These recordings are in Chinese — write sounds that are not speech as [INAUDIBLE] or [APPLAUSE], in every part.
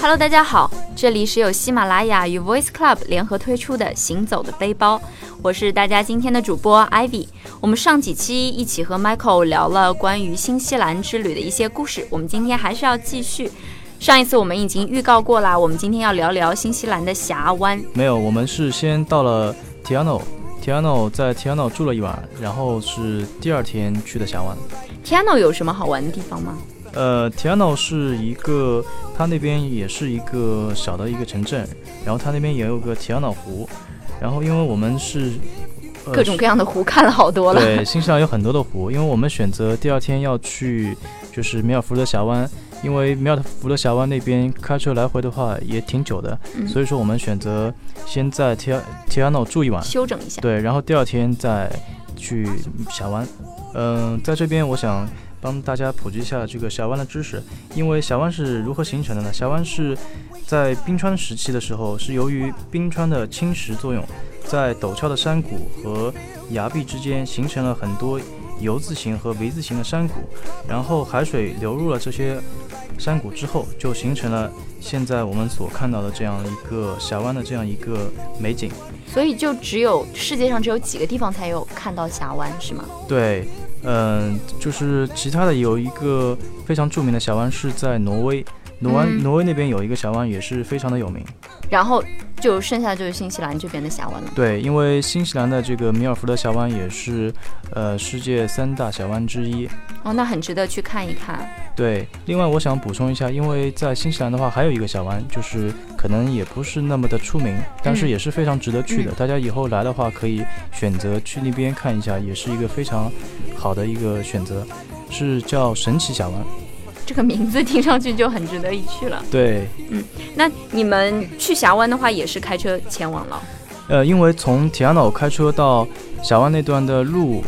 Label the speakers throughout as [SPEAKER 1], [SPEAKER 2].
[SPEAKER 1] Hello，大家好，这里是由喜马拉雅与 Voice Club 联合推出的《行走的背包》，我是大家今天的主播 Ivy。我们上几期一起和 Michael 聊了关于新西兰之旅的一些故事，我们今天还是要继续。上一次我们已经预告过啦，我们今天要聊聊新西兰的峡湾。
[SPEAKER 2] 没有，我们是先到了 Tiano，Tiano 在 Tiano 住了一晚，然后是第二天去的峡湾。
[SPEAKER 1] Tiano 有什么好玩的地方吗？
[SPEAKER 2] 呃，Tiano 是一个，它那边也是一个小的一个城镇，然后它那边也有个 Tiano 湖，然后因为我们是、呃
[SPEAKER 1] 各种各样的湖看了好多了。
[SPEAKER 2] 对，新西兰有很多的湖，因为我们选择第二天要去就是米尔福德峡湾，因为米尔福德峡湾那边开车来回的话也挺久的，
[SPEAKER 1] 嗯
[SPEAKER 2] 所以说我们选择先在 Ti Tiano 住一晚，
[SPEAKER 1] 修整一下。
[SPEAKER 2] 对，然后第二天再去峡湾。嗯、在这边我想帮大家普及一下这个峡湾的知识，因为峡湾是如何形成的呢？峡湾是在冰川时期的时候，是由于冰川的侵蚀作用，在陡峭的山谷和崖壁之间形成了很多。U 字形和 V 字形的山谷，然后海水流入了这些山谷之后，就形成了现在我们所看到的这样一个峡湾的这样一个美景。
[SPEAKER 1] 所以就只有世界上只有几个地方才有看到峡湾，是吗？
[SPEAKER 2] 对，嗯、就是其他的有一个非常著名的峡湾是在挪威，挪威、
[SPEAKER 1] 嗯
[SPEAKER 2] 挪威那边有一个峡湾也是非常的有名。
[SPEAKER 1] 然后就剩下就是新西兰这边的峡湾了。
[SPEAKER 2] 对，因为新西兰的这个米尔福德峡湾也是，呃，世界三大峡湾之一。
[SPEAKER 1] 哦，那很值得去看一看。
[SPEAKER 2] 对，另外我想补充一下，因为在新西兰的话，还有一个峡湾，就是可能也不是那么的出名，但是
[SPEAKER 1] 嗯
[SPEAKER 2] 也是非常值得去的。大家以后来的话，可以选择去那边看一下，也是一个非常好的一个选择，是叫神奇峡湾。
[SPEAKER 1] 这个名字听上去就很值得一去了。
[SPEAKER 2] 对，
[SPEAKER 1] 那你们去峡湾的话，也是开车前往了。
[SPEAKER 2] 呃，因为从铁安岛开车到峡湾那段的路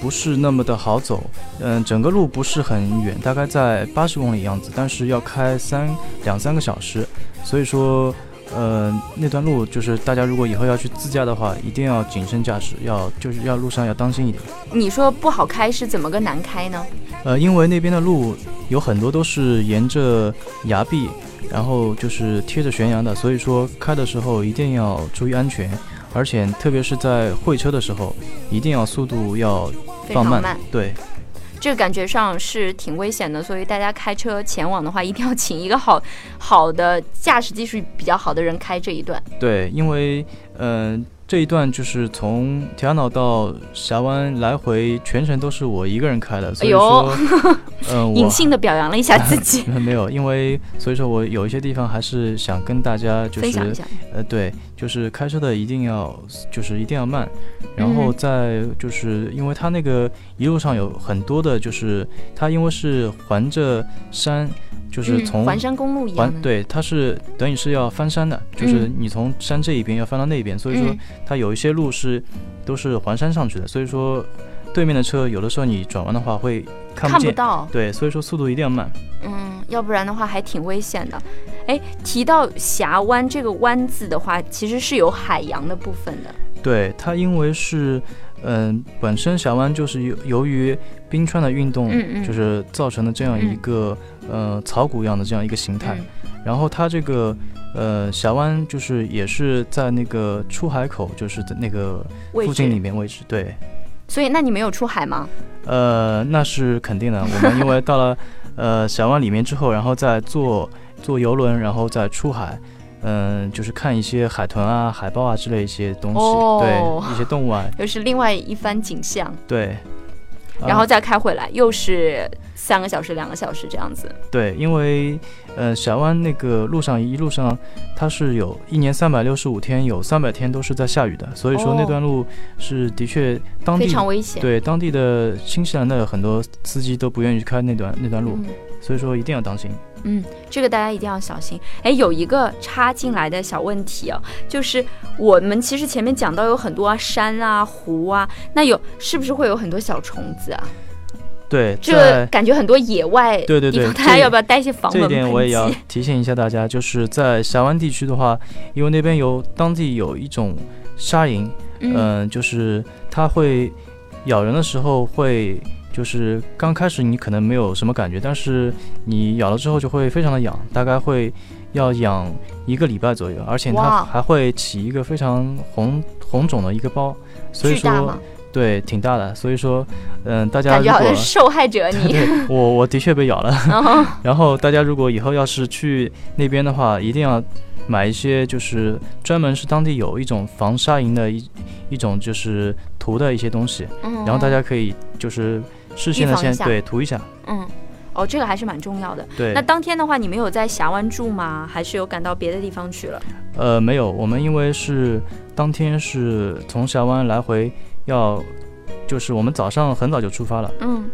[SPEAKER 2] 不是那么的好走，嗯、整个路不是很远，大概在八十公里样子，但是要开三两三个小时，所以说，呃，那段路就是大家如果以后要去自驾的话，一定要谨慎驾驶，要就是要路上要当心一点。
[SPEAKER 1] 你说不好开是怎么个难开呢？
[SPEAKER 2] 呃，因为那边的路有很多都是沿着崖壁，然后就是贴着悬崖的，所以说开的时候一定要注意安全，而且特别是在会车的时候，一定要速度要
[SPEAKER 1] 非
[SPEAKER 2] 放
[SPEAKER 1] 常
[SPEAKER 2] 慢。
[SPEAKER 1] 慢，
[SPEAKER 2] 对
[SPEAKER 1] 这个感觉上是挺危险的。所以大家开车前往的话，一定要请一个好好的驾驶技术比较好的人开这一段。
[SPEAKER 2] 对，因为嗯、呃这一段就是从铁安岛到峡湾来回全程都是我一个人开的，所以
[SPEAKER 1] 哎呦
[SPEAKER 2] 说，嗯、
[SPEAKER 1] [LAUGHS]
[SPEAKER 2] 我，
[SPEAKER 1] 隐性的表扬了一下自己
[SPEAKER 2] [LAUGHS] 没有，因为所以说我有一些地方还是想跟大家 [LAUGHS] 就
[SPEAKER 1] 分享
[SPEAKER 2] 是
[SPEAKER 1] 一下。
[SPEAKER 2] 呃，对，就是开车的一定要，就是一定要慢，然后
[SPEAKER 1] 嗯
[SPEAKER 2] 再就是因为它那个一路上有很多的，就是它因为是环着山，就是
[SPEAKER 1] 嗯
[SPEAKER 2] 从
[SPEAKER 1] 环山公路一样
[SPEAKER 2] 环
[SPEAKER 1] 的。
[SPEAKER 2] 对，它是等于是要翻山的，就是
[SPEAKER 1] 嗯
[SPEAKER 2] 你从山这一边要翻到那边，所以说
[SPEAKER 1] 嗯
[SPEAKER 2] 它有一些路是都是环山上去的，所以说对面的车有的时候你转弯的话会看
[SPEAKER 1] 看
[SPEAKER 2] 不
[SPEAKER 1] 不
[SPEAKER 2] 见，
[SPEAKER 1] 到，
[SPEAKER 2] 对，所以说速度一定要慢。
[SPEAKER 1] 嗯，要不然的话还挺危险的。哎，提到峡湾这个“湾”字的话，其实是有海洋的部分的。
[SPEAKER 2] 对，它因为是，嗯、本身峡湾就是由由于冰川的运动，
[SPEAKER 1] 嗯嗯
[SPEAKER 2] 就是造成的这样一个、呃草谷一样的这样一个形态。
[SPEAKER 1] 嗯
[SPEAKER 2] 然后它这个呃峡湾就是也是在那个出海口，就是在那个
[SPEAKER 1] 位
[SPEAKER 2] 附近里
[SPEAKER 1] 置。
[SPEAKER 2] 面位置。对，
[SPEAKER 1] 所以，那你们有出海吗？
[SPEAKER 2] 呃，那是
[SPEAKER 1] [LAUGHS]
[SPEAKER 2] 肯定的。我们因为到了呃峡湾里面之后，然后再坐坐游轮，然后再出海。嗯，就是看一些海豚啊、海豹啊之类一些东西，
[SPEAKER 1] 哦
[SPEAKER 2] 对一些动物啊，
[SPEAKER 1] 又是另外一番景象，
[SPEAKER 2] 对，呃
[SPEAKER 1] 然后再开回来，又是三个小时、两个小时这样子。
[SPEAKER 2] 对，因为呃，峡湾那个路上一路上，它是有一年三百六十五天，有三百天都是在下雨的，所以说
[SPEAKER 1] 哦
[SPEAKER 2] 那段路是的确当
[SPEAKER 1] 非
[SPEAKER 2] 地、
[SPEAKER 1] 常危险。
[SPEAKER 2] 对当地的新西兰的很多司机都不愿意去开那段那段路，
[SPEAKER 1] 嗯，
[SPEAKER 2] 所以说一定要当心。
[SPEAKER 1] 嗯，这个大家一定要小心。哎，有一个插进来的小问题啊，就是我们其实前面讲到有很多啊山啊、湖啊，那有是不是会有很多小虫子啊？
[SPEAKER 2] 对，
[SPEAKER 1] 这
[SPEAKER 2] 在
[SPEAKER 1] 感觉很多野外
[SPEAKER 2] 对对
[SPEAKER 1] 地方
[SPEAKER 2] 对
[SPEAKER 1] 大家
[SPEAKER 2] 这
[SPEAKER 1] 要不要带一些防蚊
[SPEAKER 2] 这一
[SPEAKER 1] 喷剂？
[SPEAKER 2] 点我也要提醒一下大家，就是在峡湾地区的话，因为那边有当地有一种沙蝇，
[SPEAKER 1] 嗯
[SPEAKER 2] 呃嗯、就是它会咬人的时候会就是刚开始你可能没有什么感觉，但是你咬了之后就会非常的痒，大概会要痒一个礼拜左右，而且它
[SPEAKER 1] 哇
[SPEAKER 2] 还会起一个非常红红肿的一个包，所以
[SPEAKER 1] 巨大
[SPEAKER 2] 说
[SPEAKER 1] 吗？
[SPEAKER 2] 对挺大的，所以说嗯、大家
[SPEAKER 1] 感
[SPEAKER 2] 如
[SPEAKER 1] 觉好像
[SPEAKER 2] 果
[SPEAKER 1] 是受害
[SPEAKER 2] [LAUGHS]
[SPEAKER 1] 者你。哦
[SPEAKER 2] 对我我的确被
[SPEAKER 1] [LAUGHS]
[SPEAKER 2] 咬了，
[SPEAKER 1] 然后
[SPEAKER 2] [LAUGHS] 然后大家如果以后要是去那边的话，一定要买一些就是专门是当地有一种防沙蝇的一一种就是涂的一些东西，然后大家可以就是事先
[SPEAKER 1] 哦
[SPEAKER 2] 的
[SPEAKER 1] 预防
[SPEAKER 2] 先
[SPEAKER 1] 一下
[SPEAKER 2] 对涂一下，
[SPEAKER 1] 嗯，哦，这个还是蛮重要的。
[SPEAKER 2] 对
[SPEAKER 1] 那，当天的话，你们有在峡湾住吗？还是有赶到别的地方去了？
[SPEAKER 2] 呃没有，我们因为是当天是从峡湾来回要。就是我们早上很早就出发了，
[SPEAKER 1] 嗯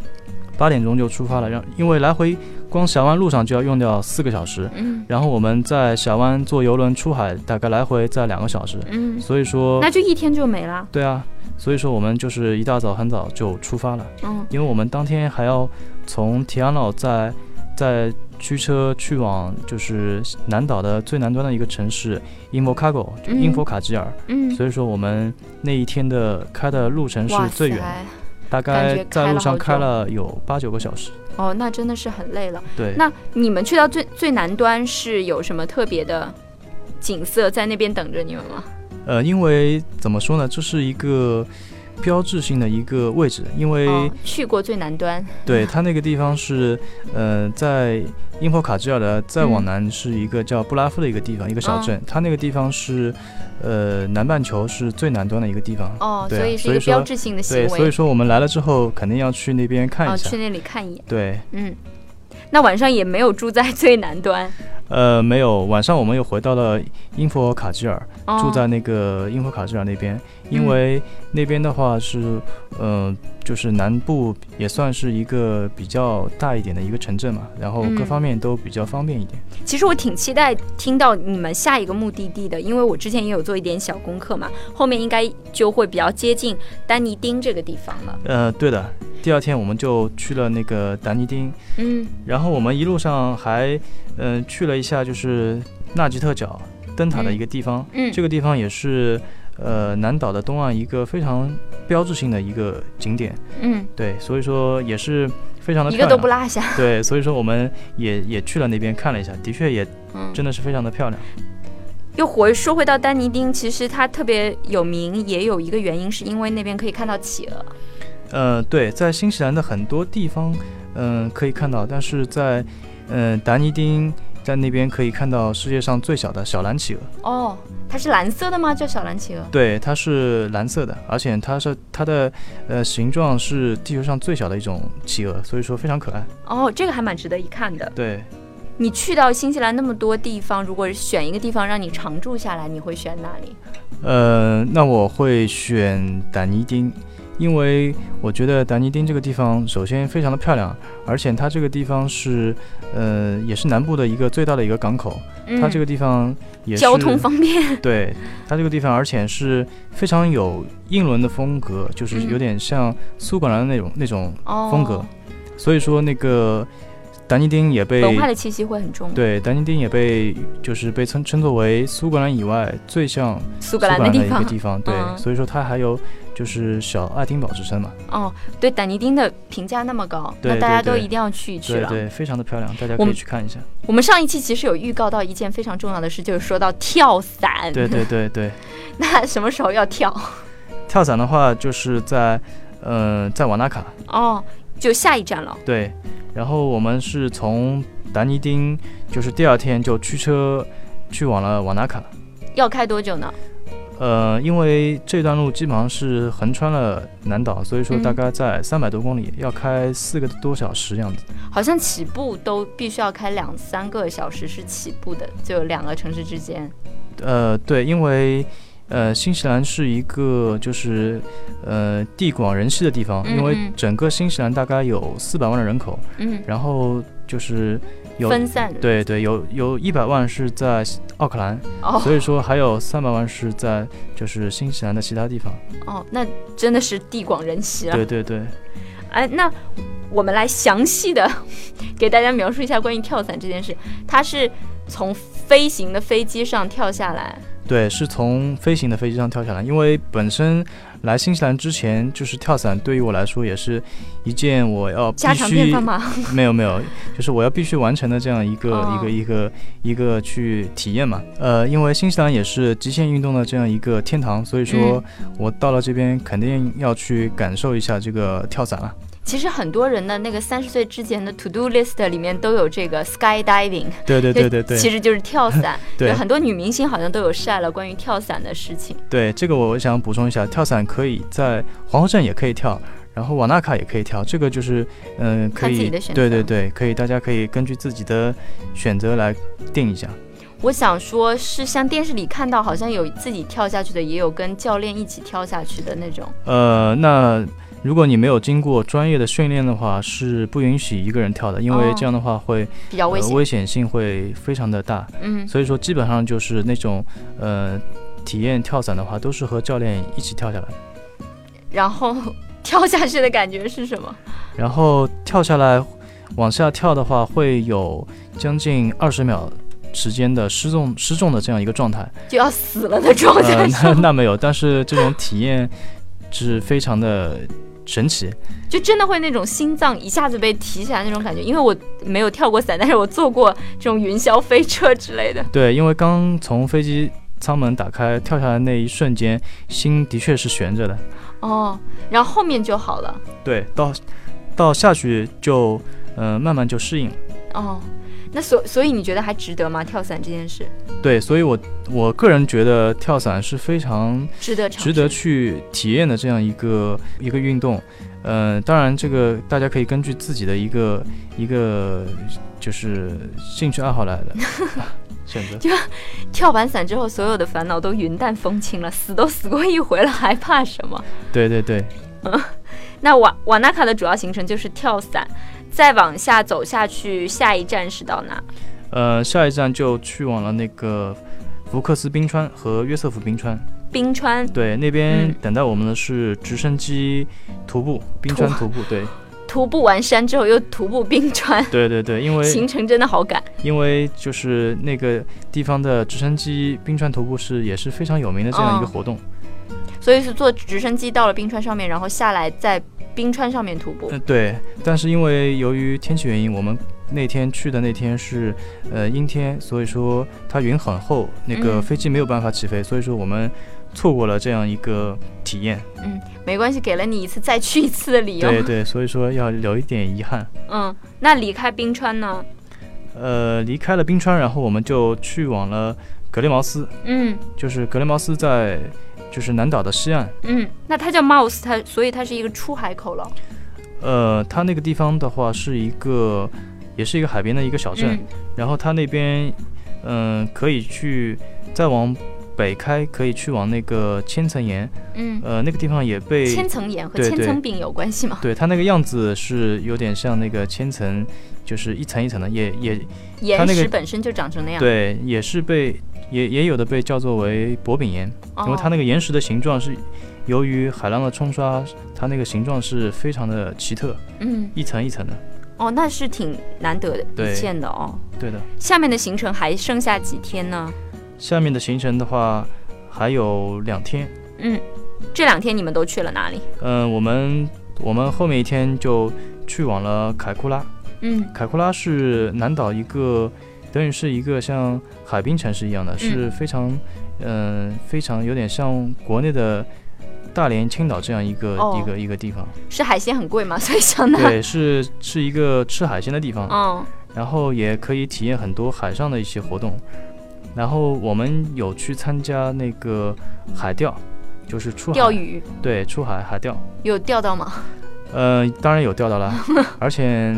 [SPEAKER 2] 八点钟就出发了，让因为来回光峡湾路上就要用掉四个小时，
[SPEAKER 1] 嗯
[SPEAKER 2] 然后我们在峡湾坐游轮出海，大概来回在两个小时，
[SPEAKER 1] 嗯，
[SPEAKER 2] 所以说
[SPEAKER 1] 那就一天就没了。
[SPEAKER 2] 对啊，所以说我们就是一大早很早就出发了，
[SPEAKER 1] 嗯
[SPEAKER 2] 因为我们当天还要从提安瑙再再驱车去往就是南岛的最南端的一个城市英佛卡狗，就
[SPEAKER 1] 嗯
[SPEAKER 2] 英佛卡吉尔，
[SPEAKER 1] 嗯，
[SPEAKER 2] 所以说我们那一天的开的路程是
[SPEAKER 1] 哇
[SPEAKER 2] 最远的，
[SPEAKER 1] 塞，
[SPEAKER 2] 大
[SPEAKER 1] 感
[SPEAKER 2] 概
[SPEAKER 1] 觉开
[SPEAKER 2] 在
[SPEAKER 1] 了
[SPEAKER 2] 路上
[SPEAKER 1] 好
[SPEAKER 2] 开
[SPEAKER 1] 久
[SPEAKER 2] 了有八九个小时。
[SPEAKER 1] 哦，那真的是很累了。
[SPEAKER 2] 对，
[SPEAKER 1] 那你们去到最最南端是有什么特别的景色在那边等着你们吗？
[SPEAKER 2] 呃，因为怎么说呢，这是一个标志性的一个位置，因为、
[SPEAKER 1] 哦，去过最南端，
[SPEAKER 2] 对，它那个地方是，呃，在英佛卡吉尔的再往
[SPEAKER 1] 嗯
[SPEAKER 2] 南是一个叫布拉夫的一个地方，一个小
[SPEAKER 1] 嗯
[SPEAKER 2] 镇。它那个地方是，呃，南半球是最南端的一个地方。
[SPEAKER 1] 哦，
[SPEAKER 2] 对啊
[SPEAKER 1] 所以是一
[SPEAKER 2] 所
[SPEAKER 1] 个
[SPEAKER 2] 以说
[SPEAKER 1] 标志性的行
[SPEAKER 2] 对，所以
[SPEAKER 1] 为，
[SPEAKER 2] 说我们来了之后，肯定要去那边看
[SPEAKER 1] 哦，
[SPEAKER 2] 一下。
[SPEAKER 1] 去那里看一眼，
[SPEAKER 2] 对，
[SPEAKER 1] 嗯。那晚上也没有住在最南端，
[SPEAKER 2] 呃，没有，晚上我们又回到了英佛卡吉尔，
[SPEAKER 1] 哦、
[SPEAKER 2] 住在那个英佛卡吉尔那边，
[SPEAKER 1] 嗯
[SPEAKER 2] 因为那边的话是，呃，就是南部也算是一个比较大一点的一个城镇嘛，然后各
[SPEAKER 1] 嗯
[SPEAKER 2] 方面都比较方便一点。
[SPEAKER 1] 其实我挺期待听到你们下一个目的地的，因为我之前也有做一点小功课嘛，后面应该就会比较接近丹尼丁这个地方了。
[SPEAKER 2] 呃，对的，第二天我们就去了那个达尼丁，
[SPEAKER 1] 嗯，
[SPEAKER 2] 然后我们一路上还嗯、呃去了一下就是纳吉特角灯塔的
[SPEAKER 1] 嗯
[SPEAKER 2] 一个地方，
[SPEAKER 1] 嗯
[SPEAKER 2] 这个地方也是呃南岛的东岸一个非常标志性的一个景点，
[SPEAKER 1] 嗯，
[SPEAKER 2] 对，所以说也是非常的
[SPEAKER 1] 一
[SPEAKER 2] 漂
[SPEAKER 1] 个
[SPEAKER 2] 亮，
[SPEAKER 1] 都不落下。 [LAUGHS]
[SPEAKER 2] 对，所以说我们也也去了那边看了一下，的确也
[SPEAKER 1] 嗯，
[SPEAKER 2] 真的是非常的漂亮。
[SPEAKER 1] 又回说回到丹尼丁，其实它特别有名，也有一个原因是因为那边可以看到企鹅。
[SPEAKER 2] 呃，对，在新西兰的很多地方，嗯、可以看到，但是在，嗯、达尼丁在那边可以看到世界上最小的小蓝企鹅，
[SPEAKER 1] 哦，它是蓝色的吗？叫小蓝企鹅？
[SPEAKER 2] 对，它是蓝色的，而且它是它的呃形状是地球上最小的一种企鹅，所以说非常可爱。
[SPEAKER 1] 哦，这个还蛮值得一看的。
[SPEAKER 2] 对，
[SPEAKER 1] 你去到新西兰那么多地方，如果选一个地方让你常住下来，你会选哪里？
[SPEAKER 2] 呃，那我会选达尼丁。因为我觉得达尼丁这个地方，首先非常的漂亮，而且它这个地方是，呃，也是南部的一个最大的一个港口。
[SPEAKER 1] 嗯，
[SPEAKER 2] 它这个地方也是
[SPEAKER 1] 交通方便。
[SPEAKER 2] 对它这个地方，而且是非常有英伦的风格，就是
[SPEAKER 1] 嗯
[SPEAKER 2] 有点像苏格兰的那种那种
[SPEAKER 1] 哦，
[SPEAKER 2] 风格。所以说，那个达尼丁也被
[SPEAKER 1] 文化的气息会很重。
[SPEAKER 2] 对达尼丁也被就是被称称作为苏格兰以外最像
[SPEAKER 1] 苏
[SPEAKER 2] 苏
[SPEAKER 1] 格
[SPEAKER 2] 格
[SPEAKER 1] 兰
[SPEAKER 2] 兰
[SPEAKER 1] 的
[SPEAKER 2] 的
[SPEAKER 1] 地
[SPEAKER 2] 一个
[SPEAKER 1] 方。
[SPEAKER 2] 地方。对，
[SPEAKER 1] 嗯
[SPEAKER 2] 所以说它还有就是小爱丁堡之称嘛。
[SPEAKER 1] 哦，对，丹尼丁的评价那么高，
[SPEAKER 2] 对
[SPEAKER 1] 那大家
[SPEAKER 2] 对
[SPEAKER 1] 都
[SPEAKER 2] 对
[SPEAKER 1] 一定要去一去
[SPEAKER 2] 对
[SPEAKER 1] 了。
[SPEAKER 2] 对，非常的漂亮，大家
[SPEAKER 1] 啊我
[SPEAKER 2] 可以
[SPEAKER 1] 们
[SPEAKER 2] 去
[SPEAKER 1] [LAUGHS]
[SPEAKER 2] 看一下。
[SPEAKER 1] 我们上一期其实有预告到一件非常重要的事，就是说到跳伞。
[SPEAKER 2] 对对对对，
[SPEAKER 1] [LAUGHS] 那什么时候要跳？
[SPEAKER 2] 跳伞的话就是在呃在瓦纳卡。
[SPEAKER 1] 哦，就下一站了。
[SPEAKER 2] 对，然后我们是从达尼丁，就是第二天就驱车去往了瓦纳卡。
[SPEAKER 1] 要开多久呢？
[SPEAKER 2] 呃，因为这段路基本上是横穿了南岛，所以说
[SPEAKER 1] 嗯
[SPEAKER 2] 大概在三百多公里，要开四个多小时样子。
[SPEAKER 1] 好像起步都必须要开两三个小时是起步的，就两个城市之间。
[SPEAKER 2] 呃，对，因为呃，新西兰是一个就是呃地广人稀的地方，
[SPEAKER 1] 嗯
[SPEAKER 2] 因为
[SPEAKER 1] 嗯
[SPEAKER 2] 整个新西兰大概有四百万的人口，
[SPEAKER 1] 嗯，
[SPEAKER 2] 然后就是有
[SPEAKER 1] 分散。
[SPEAKER 2] 对对有有一百万是在奥克兰，
[SPEAKER 1] 哦
[SPEAKER 2] 所以说还有三百万是在就是新西兰的其他地方。
[SPEAKER 1] 哦，那真的是地广人稀啊。
[SPEAKER 2] 对对对，
[SPEAKER 1] 哎，那我们来详细的 [LAUGHS] 给大家描述一下关于跳伞这件事。它是从飞行的飞机上跳下来，
[SPEAKER 2] 对，是从飞行的飞机上跳下来，因为本身来新西兰之前，就是跳伞对于我来说也是一件我要必
[SPEAKER 1] 家常便
[SPEAKER 2] 须
[SPEAKER 1] 饭吗？
[SPEAKER 2] 没有没有，就是我要必须完成的这样一个、
[SPEAKER 1] 哦
[SPEAKER 2] 一个一个一个去体验嘛。呃，因为新西兰也是极限运动的这样一个天堂，所以说
[SPEAKER 1] 嗯
[SPEAKER 2] 我到了这边肯定要去感受一下这个跳伞了。
[SPEAKER 1] 其实很多人的那个三十岁之前的 to do list 里面都有这个 skydiving，
[SPEAKER 2] 对对对对对，
[SPEAKER 1] 其实就是跳伞。
[SPEAKER 2] [LAUGHS] 对
[SPEAKER 1] 有很多女明星好像都有晒了关于跳伞的事情。
[SPEAKER 2] 对这个我想补充一下，跳伞可以在皇后镇也可以跳。然后瓦纳卡也可以跳，这个就是，嗯、可
[SPEAKER 1] 看自己
[SPEAKER 2] 以
[SPEAKER 1] 的选，择
[SPEAKER 2] 对对对，可以，大家可以根据自己的选择来定一下。
[SPEAKER 1] 我想说，是像电视里看到，好像有自己跳下去的，也有跟教练一起跳下去的那种。
[SPEAKER 2] 呃，那如果你没有经过专业的训练的话，是不允许一个人跳的，因为
[SPEAKER 1] 哦
[SPEAKER 2] 这样的话会、
[SPEAKER 1] 比较危
[SPEAKER 2] 呃
[SPEAKER 1] 险。
[SPEAKER 2] 危险性会非常的大。
[SPEAKER 1] 嗯，
[SPEAKER 2] 所以说，基本上就是那种呃体验跳伞的话，都是和教练一起跳下来。
[SPEAKER 1] 然后 [LAUGHS] 跳下去的感觉是什么？
[SPEAKER 2] 然后跳下来往下跳的话，会有将近二十秒。时间的失重失重的这样一个状态，
[SPEAKER 1] 就要死了的状
[SPEAKER 2] [LAUGHS] 呃
[SPEAKER 1] 态，是
[SPEAKER 2] 那
[SPEAKER 1] 吗？
[SPEAKER 2] 那没有，但是这种体验是非常的神奇，
[SPEAKER 1] 就真的会那种心脏一下子被提起来那种感觉。因为我没有跳过伞，但是我坐过这种云霄飞车之类的。
[SPEAKER 2] 对，因为刚从飞机舱门打开跳下来那一瞬间，心的确是悬着的。
[SPEAKER 1] 哦，然后后面就好了。
[SPEAKER 2] 对，到到下去就嗯、呃慢慢就适应了。
[SPEAKER 1] 哦，那所所以你觉得还值得吗？跳伞这件事
[SPEAKER 2] 对，所以我我个人觉得跳伞是非常
[SPEAKER 1] 值得尝
[SPEAKER 2] 值
[SPEAKER 1] 试。
[SPEAKER 2] 得去体验的这样一个一个运动。嗯、当然这个大家可以根据自己的一个一个就是兴趣爱好来的 [LAUGHS] 选择。
[SPEAKER 1] 跳完伞之后，所有的烦恼都云淡风轻了，死都死过一回了，还怕什么？
[SPEAKER 2] 对对对，
[SPEAKER 1] 那瓦瓦纳卡的主要行程就是跳伞，再往下走下去，下一站是到哪？
[SPEAKER 2] 呃，下一站就去往了那个福克斯冰川和约瑟夫冰川。
[SPEAKER 1] 冰川
[SPEAKER 2] 对，那边
[SPEAKER 1] 嗯
[SPEAKER 2] 等待我们的是直升机徒步、冰川徒步。对，
[SPEAKER 1] 徒步完山之后又徒步冰川，
[SPEAKER 2] 对对对，因
[SPEAKER 1] 行
[SPEAKER 2] 为
[SPEAKER 1] 程真的好赶。
[SPEAKER 2] 因为就是那个地方的直升机冰川徒步是也是非常有名的这样一个
[SPEAKER 1] 哦
[SPEAKER 2] 活动。
[SPEAKER 1] 所以是坐直升机到了冰川上面，然后下来在冰川上面徒步
[SPEAKER 2] 嗯、。对，但是因为由于天气原因，我们。那天去的那天是，呃，阴天，所以说它云很厚，那个
[SPEAKER 1] 嗯
[SPEAKER 2] 飞机没有办法起飞，所以说我们错过了这样一个体验。
[SPEAKER 1] 嗯，没关系，给了你一次再去一次的理由。
[SPEAKER 2] 对对，所以说要留一点遗憾。
[SPEAKER 1] 嗯，那离开冰川呢？
[SPEAKER 2] 呃，离开了冰川，然后我们就去往了格雷茅斯，
[SPEAKER 1] 嗯
[SPEAKER 2] 就是格雷茅斯在就是南岛的西岸。
[SPEAKER 1] 嗯，那它叫 Mouse，它所以它是一个出海口了。
[SPEAKER 2] 呃，它那个地方的话是一个，也哦是一个海边的一个小镇。
[SPEAKER 1] 嗯，
[SPEAKER 2] 然后它那边，嗯、可以去再往北开，可以去往那个千层岩。
[SPEAKER 1] 嗯，
[SPEAKER 2] 呃，那个地方也被
[SPEAKER 1] 千层岩和
[SPEAKER 2] 对
[SPEAKER 1] 千
[SPEAKER 2] 对
[SPEAKER 1] 层饼有关系吗？
[SPEAKER 2] 对它那个样子是有点像那个千层，就是一层一层的，也也
[SPEAKER 1] 岩
[SPEAKER 2] 那个
[SPEAKER 1] 石本身就长成那样。
[SPEAKER 2] 对，也是被也也有的被叫做为薄饼岩。
[SPEAKER 1] 哦，
[SPEAKER 2] 因为它那个岩石的形状是，由于海浪的冲刷，它那个形状是非常的奇特，
[SPEAKER 1] 嗯。
[SPEAKER 2] 一层一层的。
[SPEAKER 1] 哦，那是挺难得的一
[SPEAKER 2] 对
[SPEAKER 1] 见的哦。
[SPEAKER 2] 对的，
[SPEAKER 1] 下面的行程还剩下几天呢？
[SPEAKER 2] 下面的行程的话还有两天，
[SPEAKER 1] 嗯，这两天你们都去了哪里？
[SPEAKER 2] 嗯、我们我们后面一天就去往了凯库拉。
[SPEAKER 1] 嗯
[SPEAKER 2] 凯库拉是南岛一个，等于是一个像海滨城市一样的，是非常，嗯、非常有点像国内的大连、青岛这样一个、
[SPEAKER 1] 哦
[SPEAKER 2] 一个一个地方。
[SPEAKER 1] 是海鲜很贵吗？所以想那。
[SPEAKER 2] 对，是是一个吃海鲜的地方。
[SPEAKER 1] 嗯，
[SPEAKER 2] 然后也可以体验很多海上的一些活动。然后我们有去参加那个海钓，就是出海
[SPEAKER 1] 钓，鱼
[SPEAKER 2] 对，出海海钓。
[SPEAKER 1] 有钓到吗？
[SPEAKER 2] 呃，当然有钓
[SPEAKER 1] [LAUGHS]
[SPEAKER 2] 到了，而且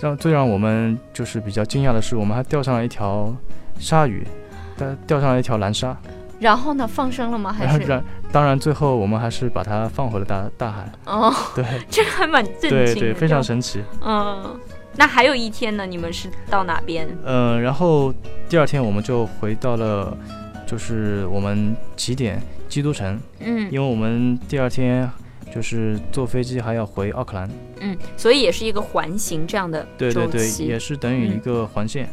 [SPEAKER 2] 让最让我们就是比较惊讶的是，我们还钓上了一条鲨鱼，但钓上了一条蓝鲨。
[SPEAKER 1] 然后呢？放生了吗？
[SPEAKER 2] 然后
[SPEAKER 1] 还是
[SPEAKER 2] 然当然最后我们还是把它放回了大大海。
[SPEAKER 1] 哦， [LAUGHS]
[SPEAKER 2] 对
[SPEAKER 1] 这个还蛮震惊的。
[SPEAKER 2] 对对，非常
[SPEAKER 1] 这
[SPEAKER 2] 神奇。
[SPEAKER 1] 样嗯，那还有一天呢？你们是到哪边？
[SPEAKER 2] 嗯、然后第二天我们就回到了，就是我们起点基督城。
[SPEAKER 1] 嗯
[SPEAKER 2] 因为我们第二天就是坐飞机还要回奥克兰，
[SPEAKER 1] 嗯，所以也是一个环形这样的
[SPEAKER 2] 对对
[SPEAKER 1] 周
[SPEAKER 2] 对，
[SPEAKER 1] 期。
[SPEAKER 2] 也是等于一
[SPEAKER 1] 嗯
[SPEAKER 2] 个环线。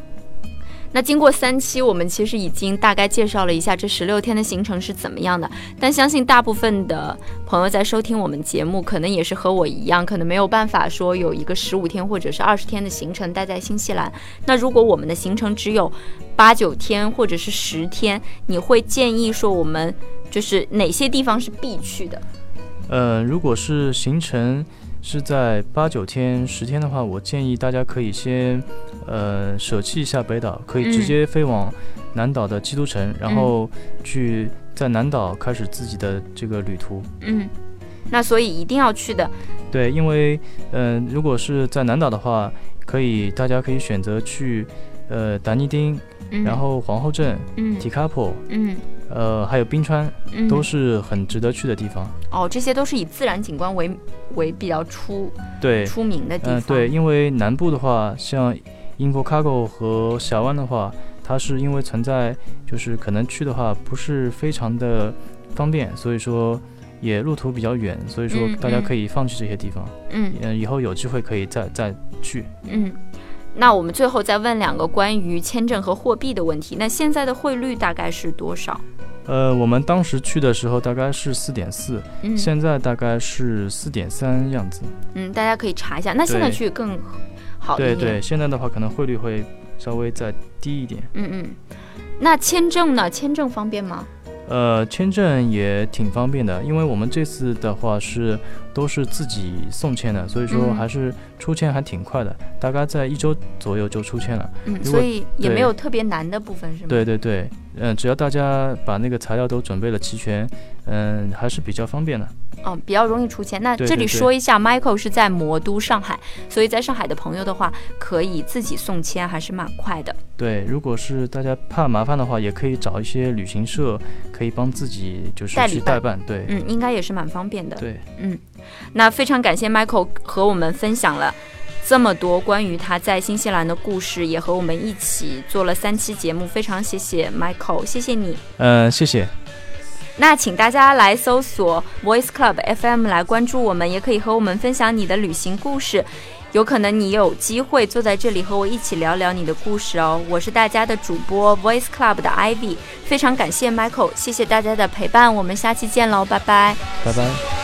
[SPEAKER 1] 那经过三期，我们其实已经大概介绍了一下这十六天的行程是怎么样的，但相信大部分的朋友在收听我们节目，可能也是和我一样，可能没有办法说有一个十五天或者是二十天的行程待在新西兰。那如果我们的行程只有八九天或者是十天，你会建议说我们就是哪些地方是必去的？
[SPEAKER 2] 呃，如果是行程是在八九天、十天的话，我建议大家可以先，呃，舍弃一下北岛，可以直接飞往南岛的基督城，然后去在南岛开始自己的这个旅途。
[SPEAKER 1] 嗯，那所以一定要去的，
[SPEAKER 2] 对，因为，嗯、如果是在南岛的话，可以大家可以选择去，呃，达尼丁，
[SPEAKER 1] 嗯、
[SPEAKER 2] 然后皇后镇、
[SPEAKER 1] 嗯
[SPEAKER 2] 提卡普，
[SPEAKER 1] 嗯
[SPEAKER 2] 呃，还有冰川，
[SPEAKER 1] 嗯
[SPEAKER 2] 都是很值得去的地方。
[SPEAKER 1] 哦，这些都是以自然景观为为比较出
[SPEAKER 2] 对，
[SPEAKER 1] 出名的地方。
[SPEAKER 2] 嗯、对，，因为南部的话，像 Invercargill 和峡湾的话，它是因为存在就是可能去的话不是非常的方便，所以说也路途比较远，所以说
[SPEAKER 1] 嗯
[SPEAKER 2] 大家
[SPEAKER 1] 嗯
[SPEAKER 2] 可以放弃这些地方，
[SPEAKER 1] 嗯
[SPEAKER 2] 嗯、以后有机会可以再再去。
[SPEAKER 1] 嗯。那我们最后再问两个关于签证和货币的问题。那现在的汇率大概是多少？
[SPEAKER 2] 呃，我们当时去的时候大概是四点四，
[SPEAKER 1] 嗯
[SPEAKER 2] 现在大概是四点三样子。
[SPEAKER 1] 嗯，大家可以查一下。那现在去更好一
[SPEAKER 2] 对
[SPEAKER 1] 点。
[SPEAKER 2] 对，现在的话可能汇率会稍微再低一点。
[SPEAKER 1] 嗯嗯。那签证呢？签证方便吗？
[SPEAKER 2] 呃，签证也挺方便的，因为我们这次的话是都是自己送签的，所以说
[SPEAKER 1] 嗯
[SPEAKER 2] 还是出签还挺快的，大概在一周左右就出签了。
[SPEAKER 1] 嗯，
[SPEAKER 2] 如果
[SPEAKER 1] 所以也
[SPEAKER 2] 对
[SPEAKER 1] 没有特别难的部分是吗？
[SPEAKER 2] 对对对，嗯、只要大家把那个材料都准备了齐全，嗯、还是比较方便的。
[SPEAKER 1] 嗯，比较容易出钱。那
[SPEAKER 2] 对
[SPEAKER 1] 这里
[SPEAKER 2] 对对
[SPEAKER 1] 说一下，Michael 是在魔都上海，所以在上海的朋友的话，可以自己送签，还是蛮快的。
[SPEAKER 2] 对，如果是大家怕麻烦的话，也可以找一些旅行社，可以帮自己就是
[SPEAKER 1] 代理
[SPEAKER 2] 去
[SPEAKER 1] 办
[SPEAKER 2] 代办。对、
[SPEAKER 1] 嗯，应该也是蛮方便的。
[SPEAKER 2] 对，
[SPEAKER 1] 那非常感谢 Michael 和我们分享了。这么多关于他在新西兰的故事，也和我们一起做了三期节目，非常谢谢 Michael，谢谢你。
[SPEAKER 2] 嗯、谢谢。
[SPEAKER 1] 那请大家来搜索 Voice Club FM 来关注我们，也可以和我们分享你的旅行故事。有可能你有机会坐在这里和我一起聊聊你的故事哦。我是大家的主播 Voice Club 的 Ivy，非常感谢 Michael，谢谢大家的陪伴，我们下期见喽，拜拜。
[SPEAKER 2] 拜拜。